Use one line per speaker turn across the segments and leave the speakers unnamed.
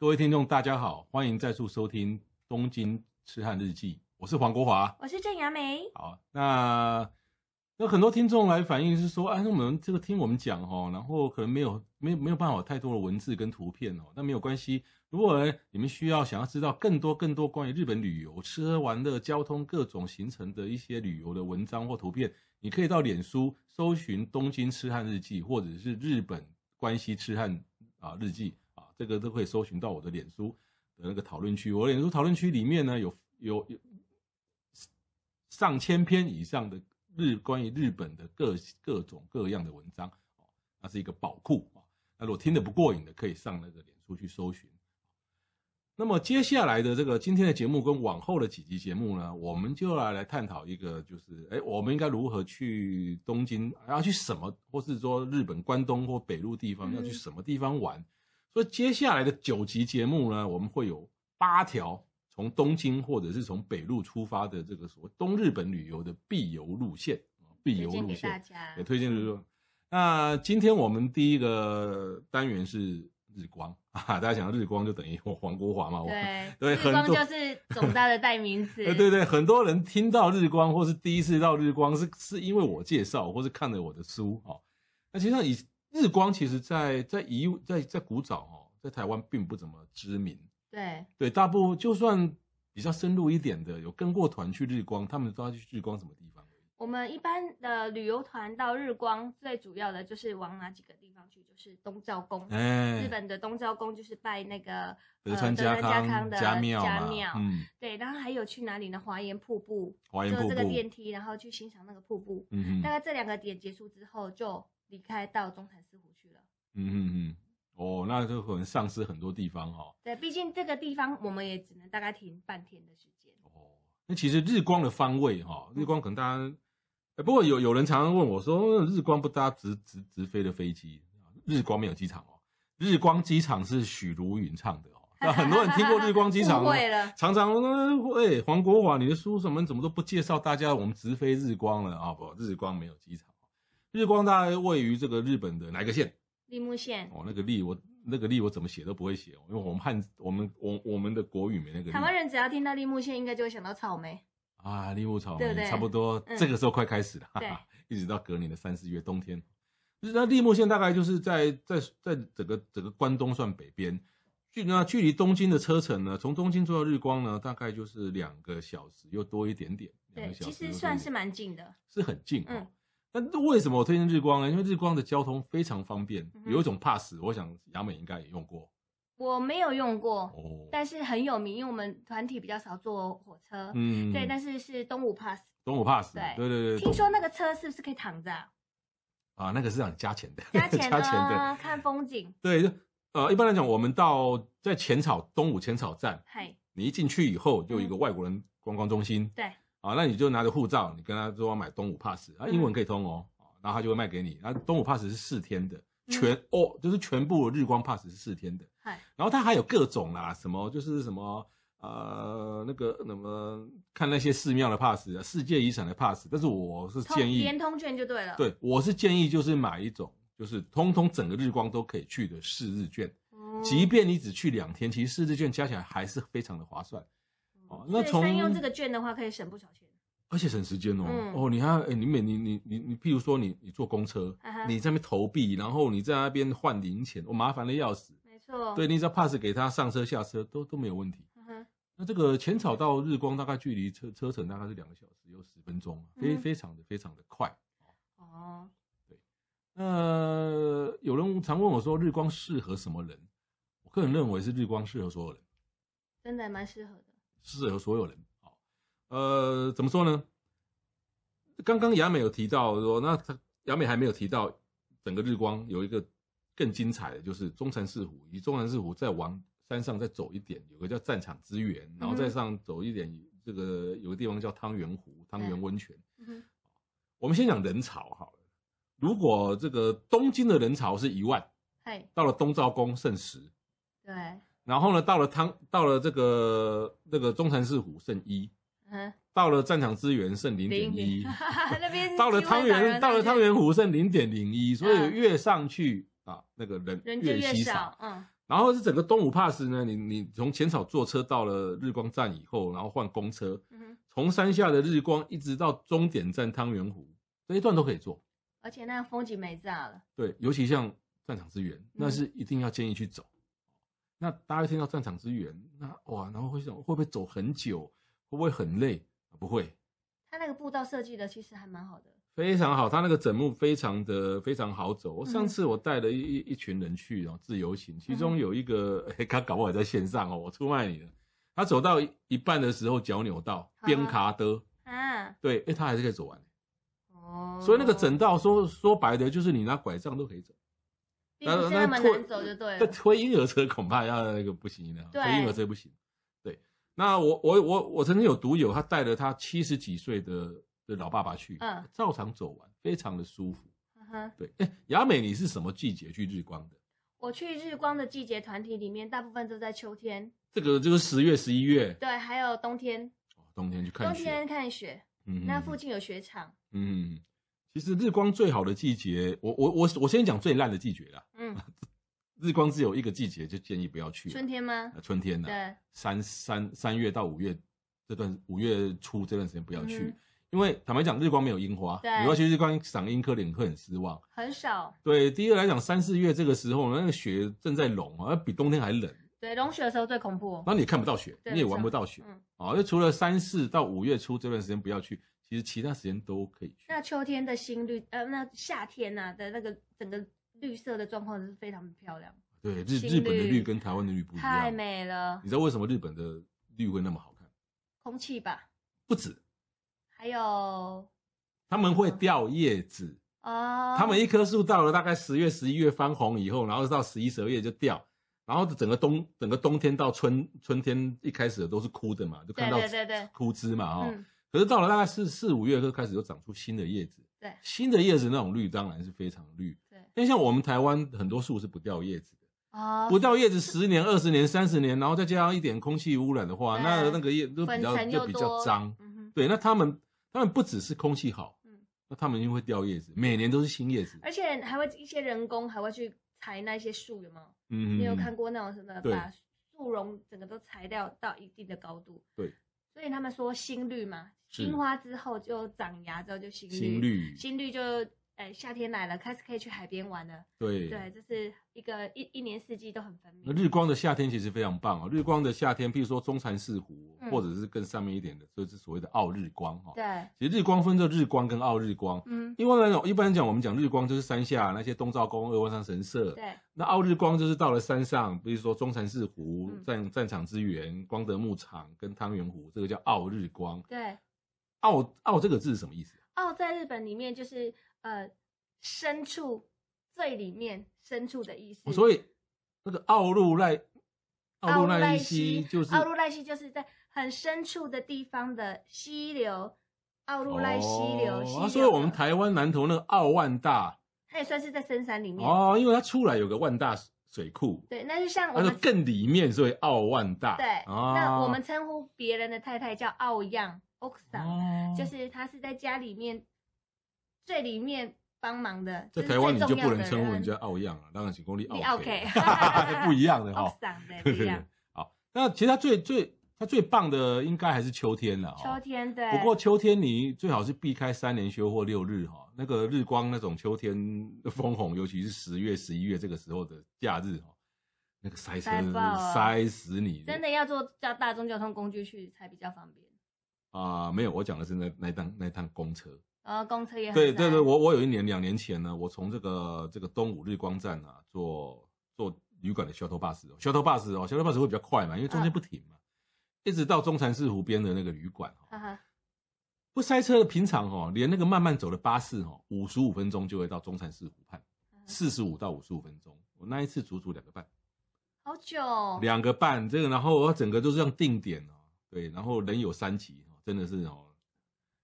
各位听众，大家好，欢迎再度收听《东京痴汉日记》，我是黄国华。
我哦是郑雅美，
好，那有很多听众来反映是说，哎，那我们这个听我们讲哦，然后可能没有没有没有办法有太多的文字跟图片哦，但没有关系。如果你们需要想要知道更多更多关于日本旅游、吃喝玩乐、交通各种行程的一些旅游的文章或图片，你可以到脸书搜寻《东京痴汉日记》或者是《日本关西痴汉啊日记》啊，这个都可以搜寻到我的脸书的那个讨论区。我脸书讨论区里面呢，有有有上千篇以上的日关于日本的各各种各样的文章，哦，那是一个宝库啊。哦那如果听得不过瘾的，可以上那个脸书去搜寻。那么接下来的这个今天的节目跟往后的几集节目呢，我们就来来探讨一个，就是哎，我们应该如何去东京，啊要去什么，或是说日本关东或北陆地方
嗯
要去什么地方玩。所以接下来的九集节目呢，我们会有八条从东京或者是从北陆出发的这个所谓东日本旅游的必游路线，啊必
推
游
荐
路
给
线
大家
也。推荐日光。那今天我们第一个单元是日光 啊，大家想到日光就等于我黄国华嘛，我
对
对
日光
很多
就是总大的代名 词。
对对对，很多人听到日光或是第一次到日光是是因为我介绍或是看了我的书哦。那其实上以日光其实在在以在在古早哦，在台湾并不怎么知名，
对
对，大部分就算比较深入一点的，有跟过团去日光，他们都要去日光什么地方？
我们一般的旅游团到日光，最主要的就是往哪几个地方去？就是东照宫，
哎，
日本的东照宫就是拜那个呃
德川
德
家
川家
康
康的
家庙
家
嘛
庙
嗯，
对，然后还有去哪里呢？华岩瀑布，
华严
坐
瀑
这个
布，
电梯，然后去欣赏那个瀑布。
嗯哼
大概这两个点结束之后，就离开到中潭寺湖去了。
嗯嗯嗯，哦，那就可能丧失很多地方哈、
对，毕竟这个地方我们也只能大概停半天的时间。
哦。那其实日光的方位哈、日光可能大家，哎不过有有人常常问我说，日光不搭直直直飞的飞机，日光没有机场哦。日光机场是许茹芸唱的哦， 那很多人听过日光机场
误
哦，
会了。
常常呃，哎、黄国华，你的书什么怎么都不介绍大家，我们直飞日光了啊、不，日光没有机场，日光大概位于这个日本的哪一个县？
立木县，
哦，那个力我那个力我怎么写都不会写，哦因为我们汉我们我我们的国语没那个力
台湾人只要听到立木县，应该就会想到草莓。
啊，利物草
对不对
差不多、
嗯
这个时候快开始了，哈
对
哈，一直到隔年的三四月冬天。那立木县大概就是在在在整个整个关东算北边，距那距离东京的车程呢，从东京坐到日光呢，大概就是两个小时又多一点点，两
对，
个小
其
时又多一点
实算是蛮近的。
是很近哦
嗯。
那、为什么我推荐日光呢？因为日光的交通非常方便，
嗯哼
有一种 pass，我想雅美应该也用过
我没有用过，
哦。
但是很有名，因为我们团体比较少坐火车。
嗯
对，但是是东武 pass。
东武 pass，
对
对对对，
听
东
说那个车是不是可以躺 着啊？
啊，那个是让你加钱的，
加钱
加钱的，
啊，看风景。
对，就呃，一般来讲，我们到在浅草东武浅草站，
嗨，
你一进去以后，就有
嗯
一个外国人观光中心，
对，
啊，那你就拿着护照，你跟他说要买东武 pass，啊，
嗯
英文可以通哦，啊然后他就会卖给你。那东武 pass 是四天的，
嗯
全、哦，就是全部日光 pass 是四天的，
嗨，
然后它还有各种啦，什么就是什么呃那个什么看那些寺庙的 pass，啊世界遗产的 pass，但是我是
通
建议
连通券就对了。，
对，我是建议就是买一种，就是通通整个日光都可以去的四日券，
哦
即便你只去两天，其实四日券加起来还是非常的划算，哦那
所以
从
善用这个券的话，可以省不少钱。
而且省时间哦。
嗯
哦，你看，哎，你每你你你你，譬如说你你坐公车，
啊哈
你在那边投币，然后你在那边换零钱，我、麻烦的要死。
没错。
对，你只要 pass 给他上车下车都都没有问题。
嗯哼，
那这个浅草到日光大概距离车车程大概是两个小时有十分钟，非
嗯
非常的非常的快。
哦，
呃，有人常问我说，日光适合什么人？我个人认为是日光适合所有人，
真的蛮适合的。
适合所有人。哦，呃，怎么说呢？刚刚雅美有提到说，那她雅美还没有提到整个日光有一个更精彩的，就是中禅寺湖，以及中禅寺湖再往山上再走一点，有个叫战场之源，然后再上走一点，这个有个地方叫汤圆湖、汤圆温泉。
嗯哼
我们先讲人潮好了。如果这个东京的人潮是一万，
嘿，
到了东照宫剩十，
对，嗯
然后呢，到了汤，到了这个那个中禅寺湖剩一，
嗯，
到了战场之源剩零点一
零， 那 边
到了
几乎很
汤
少
圆，
人
到了
上
汤
去，
圆湖剩零点零一，所以
嗯
越上去啊，那个人
人就越
稀
少，。嗯，
然后是整个东武 pass 呢，你你从浅草坐车到了日光站以后，然后换公车，
嗯哼，
从山下的日光一直到终点站汤圆湖，这一段都可以坐。
而且那风景没炸了，
对，尤其像战场之
嗯
源，那是一定要建议去走。那大家听到战场之源，那哇，然后会想会不会走很久，会不会很累？啊不会，
它那个步道设计的其实还蛮好的，
非常好，它那个整木非常的非常好走。我
嗯
上次我带了一一一群人去，然后自由行，其中有一个，哎、他搞不好也在线上哦，我出卖你了。他走到一一半的时候脚扭到，
啊
边卡的，
啊，
对，哎、他还是可以走完。
哦，
所以那个整道说说白的，就是你拿拐杖都可以走，
并不是
呃
那么难走就对
但
了，
推婴儿车恐怕要那个不行的，
对
推婴儿车不行。对，那我我我我曾经有读友，他带了他七十几岁的的老爸爸去，
嗯
照常走完，非常的舒服。
嗯哼，
对，哎，雅美，你是什么季节去日光的？
我去日光的季节团体里面，大部分都在秋天，
这个就是十月、十一月，
对，还有冬天，
哦冬天去看
冬
雪。
天看雪，
嗯
那附近有雪场，
嗯，其实日光最好的季节，我我我我先讲最烂的季节啦。
嗯，
日光只有一个季节，就建议不要啊去啊。
春天吗？
啊春天呢、
对，
三三三月到五月这段五月初这段时间不要去，
嗯
因为坦白讲，日光没有樱花，
对
你要去日光赏樱科林会很失望。
很少，
对，第一个来讲，三四月这个时候，那个雪正在融啊，比冬天还冷，
对，融雪的时候最恐怖
然，后你也看不到雪，
对
你也玩不到雪
嗯，
啊。就除了三四到五月初这段时间不要去，其实其他时间都可以去。
那秋天的新绿，呃，那夏天呐、的那个整个绿色的状况是非常漂亮，
对，日
新
日本的
绿
绿跟台湾的绿不一
太
样，
美了
你，知道为什么日本的绿会那么好看？
空气吧，
不止，
还有哦，
他们会掉叶子。他们一棵树到了大概十月、十一月翻红以后，然后到十一、十二月就掉，然后整个冬整个冬天到春春天一开始都是枯的嘛，就看到
对对对对
枯枝嘛哦。
嗯，
可是到了大概四四五月就开始就长出新的叶子，
对
新的叶子那种绿当然是非常绿，
对，
因为像我们台湾很多树是不掉叶子的，
哦，
不掉叶子十年、二十年、三十年，然后再加上一点空气污染的话，
对啊
那那个叶就比
粉
较
尘
就
又
比较
多，
脏。
嗯哼，
对，那他们他们不只是空气好，
嗯哎
那他们就会掉叶子，每年都是新叶子。
而且还会一些人工还会去裁那些树，有没有？
嗯，
你有看过那种什么
对
把树茸整个都裁掉到一定的高度？
对。
所以他们说新绿嘛，
是
樱花之后就长芽之后就新绿，
新绿，
新绿就哎、夏天来了，开始可以去海边玩了。
对
对，这是一个一一年四季都很分
那
明。
日光的夏天其实非常棒哦，日光的夏天，譬如说中禅寺湖，
嗯
或者是更上面一点的，就是所谓的奥日光哦。
对，
其实日光分作日光跟奥日光。
嗯，
一般来讲，一般来讲，我们讲日光就是山下那些东照宫、二万山神社。
对，
那奥日光就是到了山上，比如说中禅寺湖、
嗯
战战场之源、光德牧场跟汤圆湖，这个叫奥日光。
对。
奥奥这个字是什么意思？啊
哦，在日本里面就是呃，深处最里面深处的意思。
哦所以那个奥路赖
奥
奥
路
路
赖
赖
西
西就是
奥路赖西就是在很深处的地方的溪流，奥路赖溪流，溪
哦
流
啊
的
所以我们台湾南投那个奥万大
它也算是在深山里面。
哦，因为它出来有个万大水库，
嗯对，那就像我
它就
们
更里面，所以奥万大。
对，
哦
那我们称呼别人的太太叫奥样 o x a
哦
就是她是在家里面最里面帮忙的。
在台湾你就不能称呼人
人
家奥样了，当然请公里
你
奥
OK
不一样的
o
哈
x。a 对，不
对
一
对对
样。，
好，那其实它最最它最棒的应该还是秋天了
秋
哈。
天对，
不过秋天你最好是避开三连休或六日哈，那个日光那种秋天枫红，尤其是十月、十一月这个时候的假日哈，那个塞车
塞爆了
塞死你。
真的要坐叫大众交通工具去才比较方便。
啊、没有，我讲的是那那一趟那一趟公车。
呃，公车也很
对对
塞
对，我我有一年两年前呢，我从这个这个东武日光站啊，坐坐旅馆的 shuttle bus 哦，shuttle bus 哦，shuttle bus 会比较快嘛，因为中间
嗯
不停嘛，一直到中禅寺湖边的那个旅馆
哈
哦，
哈，
不塞车的平常哦，连那个慢慢走的巴士哦，五十五
嗯
分钟就会到中禅寺湖畔，四十五到五十五分钟，我那一次足足两个半，
好久哦，
两个半这个，然后我整个都是这样定点哦，对，然后人有三级哦，真的是哦，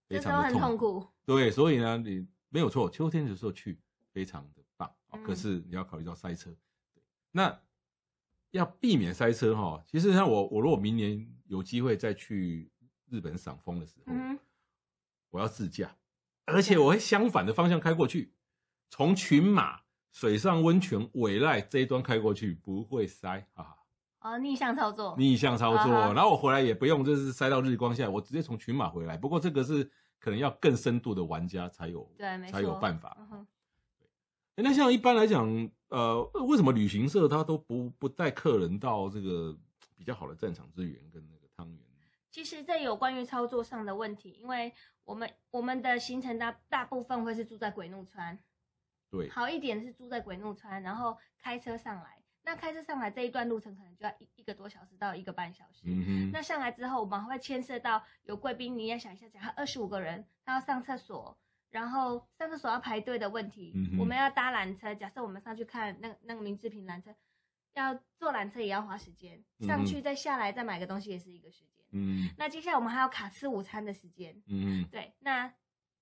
非
这时
常
候
的
很痛
苦。
苦。
对，所以呢，你没有错，秋天的时候去非常的棒、哦
嗯
可是你要考虑到塞车，那要避免塞车哈、哦。其实像我，我如果明年有机会再去日本赏枫的时候，
嗯哼，
我要自驾，而且我会相反的方向开过去，从群马、水上温泉、尾濑这一端开过去，不会塞啊，
哦，逆向操作，
逆向操作。
啊哈
然后我回来也不用就是塞到日光下，我直接从群马回来。不过这个是可能要更深度的玩家才有
对，没错，
才有办法。
嗯哼，
诶那像一般来讲，呃，为什么旅行社他都不不带客人到这个比较好的战场之源跟那个汤圆？
其实这有关于操作上的问题，因为我们我们的行程大大部分会是住在鬼怒川，
对，
好一点是住在鬼怒川，然后开车上来。那开车上来这一段路程可能就要一一个多小时到一个半小时。
嗯哼，
那上来之后，我们还会牵涉到有贵宾，你也想一下，假设二十五个人，他要上厕所，然后上厕所要排队的问题，
嗯哼
我们要搭缆车，假设我们上去看那个那个明治平缆车，要坐缆车也要花时间，
嗯哼
上去再下来再买个东西也是一个时间。
嗯
那接下来我们还要卡吃午餐的时间，
嗯
对，那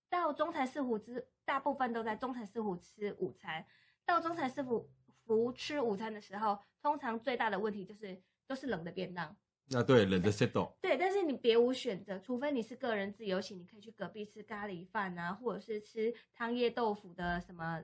到中城四湖之大部分都在中城四湖吃午餐。到中城四湖湖吃午餐的时候，通常最大的问题就是都是冷的便当。
那啊对冷的 set up，
对，但是你别无选择，除非你是个人自由行，你可以去隔壁吃咖喱饭啊，或者是吃汤叶豆腐的什么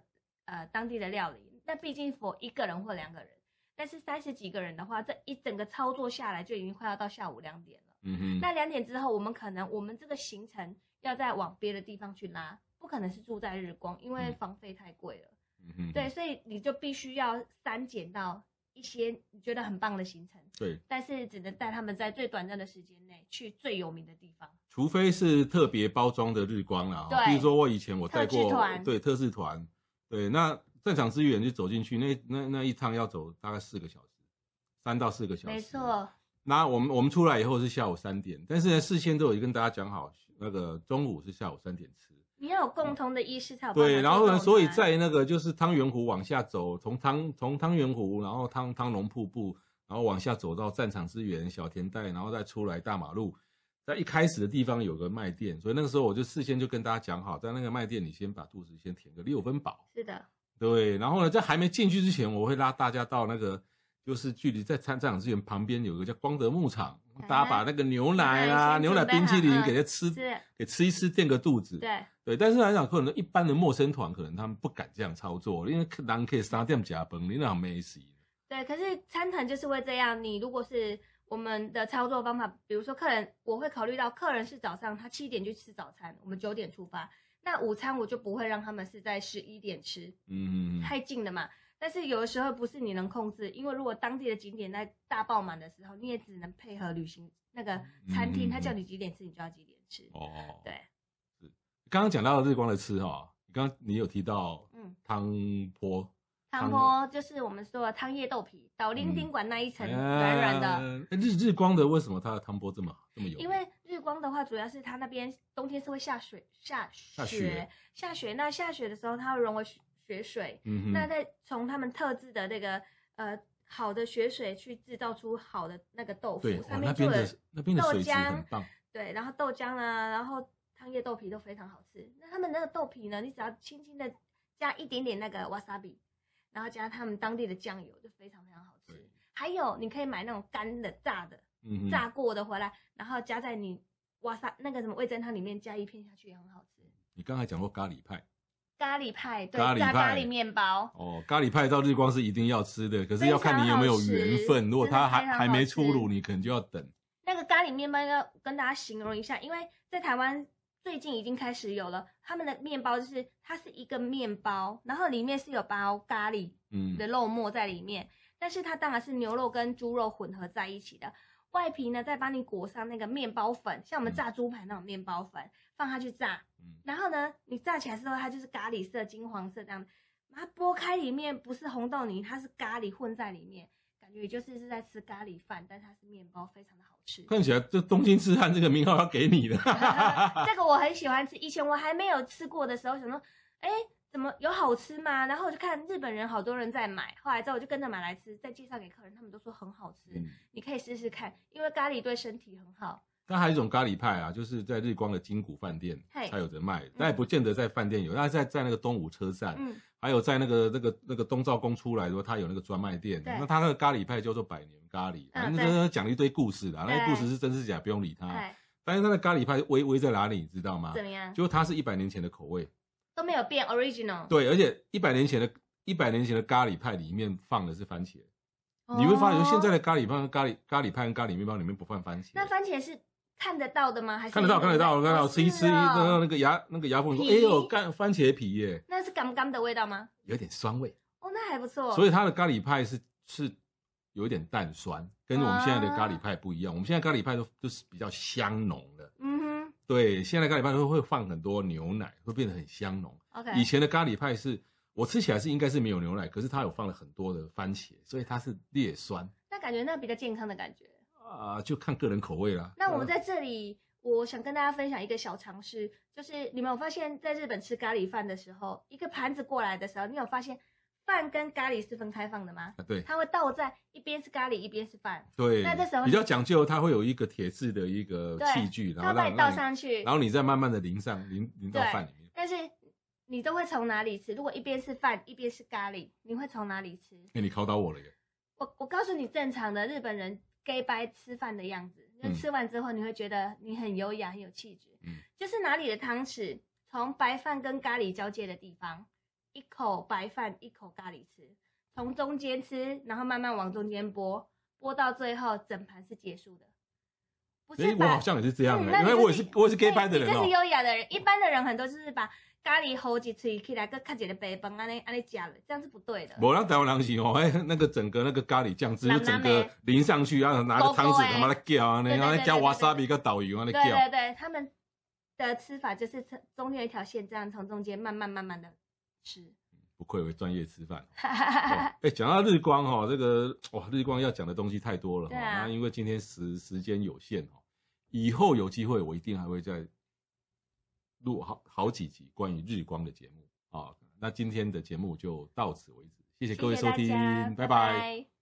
呃当地的料理。那毕竟否一个人或两个人，但是三十几个人的话，这一整个操作下来就已经快要到下午两点了。
嗯哼，
那两点之后，我们可能我们这个行程要再往别的地方去拉，不可能是住在日光，因为
嗯
房费太贵了。
嗯哼
对，所以你就必须要删减到一些你觉得很棒的行程，
对，
但是只能带他们在最短暂的时间内去最有名的地方。
除非是特别包装的日光啦，
对
比如说我以前我带
特
过
制团
对特制团，对，那战场之源就走进去，那那那一趟要走大概四个小时，三到四个小时，
没。错，
那我们我们出来以后是下午三点，但是呢，事先都有跟大家讲好，那个中午是下午三点吃，
你要有共同的意识才有办法
对，
做
然后呢，
这种啊
所以
餐
在那个就是汤圆湖往下走，从汤从汤圆湖，然后汤汤龙瀑布，然后往下走到战场之源小田带，然后再出来大马路，在一开始的地方有个卖店，所以那个时候我就事先就跟大家讲好，在那个卖店里先把肚子先填个六分饱，
是的，
对，然后呢，在还没进去之前，我会拉大家到那个就是距离在参战场之前旁边有个叫光德牧场，大家把那个啊牛奶啊、
嗯
牛奶冰淇淋给它吃，
是，
给吃一吃垫个肚子，
对，
对，但是来讲，可能一般的陌生团，可能他们不敢这样操作，因为人可以三点加崩，你那没死。
对，可是参团就是会这样。你如果是我们的操作方法，比如说客人，我会考虑到客人是早上他七点去吃早餐，我们九点出发，那午餐我就不会让他们是在十一点吃，
嗯，
太近了嘛。但是有的时候不是你能控制，因为如果当地的景点在大爆满的时候，你也只能配合旅行那个餐厅，
嗯
他叫你几点吃，你就要几点吃。
哦，
对，
是。刚刚讲到日光的吃哈，刚刚你有提到
嗯，
汤坡，
汤坡就是我们说的汤叶豆皮，岛林宾馆那一层软软的。
呃哎日日光的为什么它的汤坡这么好，这么有名？
因为日光的话，主要是它那边冬天是会下水下雪
下雪
下雪那下雪的时候，它会融为雪雪水，
嗯哼，
那再从他们特制的那个呃好的雪水去制造出好的那个豆腐
对，，哇
上
那
面
边
就有
的那边的
豆
水质
浆
很棒，
对，然后豆浆啊，然后汤叶豆皮都非常好吃。那他们那个豆皮呢，你只要轻轻的加一点点那个 wasabi，然后加他们当地的酱油，就非常非常好吃
对。
还有你可以买那种干的炸的，
嗯
炸
哼，
过的回来，然后加在你哇塞那个什么味噌汤里面加一片下去也很好吃。
你刚才讲过咖喱派
咖喱派，对，
咖喱
炸咖
派
喱面包，
哦，咖喱派到日光是一定要吃的，可是
非
要看
常
你有没
好
有
吃
缘分。如果
真的
它还
非常
还
好
没
吃
出炉，你可能就要等。
那个咖喱面包要跟大家形容一下，因为在台湾最近已经开始有了，他们的面包就是它是一个面包，然后里面是有包咖喱
嗯，
的肉末在里面，但是它当然是牛肉跟猪肉混合在一起的。外皮呢，再帮你裹上那个面包粉，像我们
嗯
炸猪排那种面包粉，放下去炸
嗯。
然后呢，你炸起来之后，它就是咖喱色、金黄色这样。把它剥开，里面不是红豆泥，它是咖喱混在里面，感觉就是是在吃咖喱饭，但它是面包，非常的好吃。
看起来这东京痴汉这个名号要给你的，
这个我很喜欢吃，以前我还没有吃过的时候，想说，哎，怎么有好吃吗？然后我就看日本人好多人在买，后来之后我就跟着买来吃，再介绍给客人，他们都说很好吃，
嗯，
你可以试试看，因为咖喱对身体很好。
但还有一种咖喱派啊，就是在日光的金谷饭店
嘿
它有人卖，但也不见得在饭店有，但是在在那个东武车站，
嗯，
还有在那个那个那个东照宫出来的时候，它有那个专卖店，
对啊
那它那个咖喱派叫做百年咖喱，反正
对
真的讲了一堆故事啦，那些
对
故事是真是假不用理它。
哎，
但是它的咖喱派微微在哪里，你知道吗
怎？么样？
啊就它是一百年前的口味，
都没有变 original。
对，而且一百年前的一百年前的咖喱派里面放的是番茄，你会发现现在
哦
的咖喱派跟咖喱咖喱派跟咖喱面包里面不放番茄，
那番茄是看得到的吗？还是
看得到，
你
看得到，
哦
看得到，吃一
是
吃，嗯然后
哦
那个牙那个牙缝说，
皮
哎呦，干番茄皮耶，
那是干干的味道吗？
有点酸味，
哦，那还不错。
所
以
以它的咖喱派是是有一点淡酸，跟我们现在的咖喱派不一样。我们现在咖喱派都就是比较香浓的，
嗯
对，现在咖喱派都会放很多牛奶，会变得很香浓。
哼，OK，
以前的咖喱派是我吃起来是应该是没有牛奶，可是它有放了很多的番茄，所以它是劣酸
那感觉那比较健康的感觉。
啊、就看个人口味啦。
那我们在这里，我想跟大家分享一个小常识，就是你们有发现，在日本吃咖喱饭的时候，一个盘子过来的时候，你有发现饭跟咖喱是分开放的吗？
啊对
它会倒在一边是咖喱，一边是饭，
对，
那这时候
比较讲究，它会有一个铁质的一个
对
器具，然后
它会把
让
你倒
让
上去
然。后你再慢慢的淋上淋淋到
对
饭里面。
但是你都会从哪里吃？如果一边是饭，一边是咖喱，你会从哪里吃？
哎、你考倒我了耶！
我我告诉你，正常的日本人 gay 掰吃饭的样子，就
嗯
吃完之后你会觉得你很优雅，很有气质。
嗯
就是哪里的汤匙从白饭跟咖喱交界的地方，一口白饭，一口咖喱吃，从中间吃，然后慢慢往中间拨，拨到最后整盘是结束的。不
哎、
是
我
把嗯
好像也是这样的、
那
因
你
为
就
我也是我也是 gay 班的人
对你
哦、
这是优雅的人，一般的人很多就是把咖喱吼几吹起来，搁看起来白饭，安尼安尼夹了，这样是不对的。
我让台湾狼行哦，哎、那个整个那个咖喱酱汁就
蓝
整
蓝
个
的
淋上去，然后拿个
勾勾
汤匙
哎
他妈的搅啊，
对对
然后
对
加
对对
wasabi 跟导游啊，那
对
搅。
对对，他们的吃法就是从中间有一条线，这样从中间慢慢慢慢的吃。
不愧为专业吃饭。哎、讲到日光哦哈、这个哇，日光要讲的东西太多了、哈。哦
对啊
那因为今天时时间有限哈、以后有机会我一定还会再录好好几集关于日光的节目啊。那今天的节目就到此为止，谢谢各位收听，
大家
拜拜
拜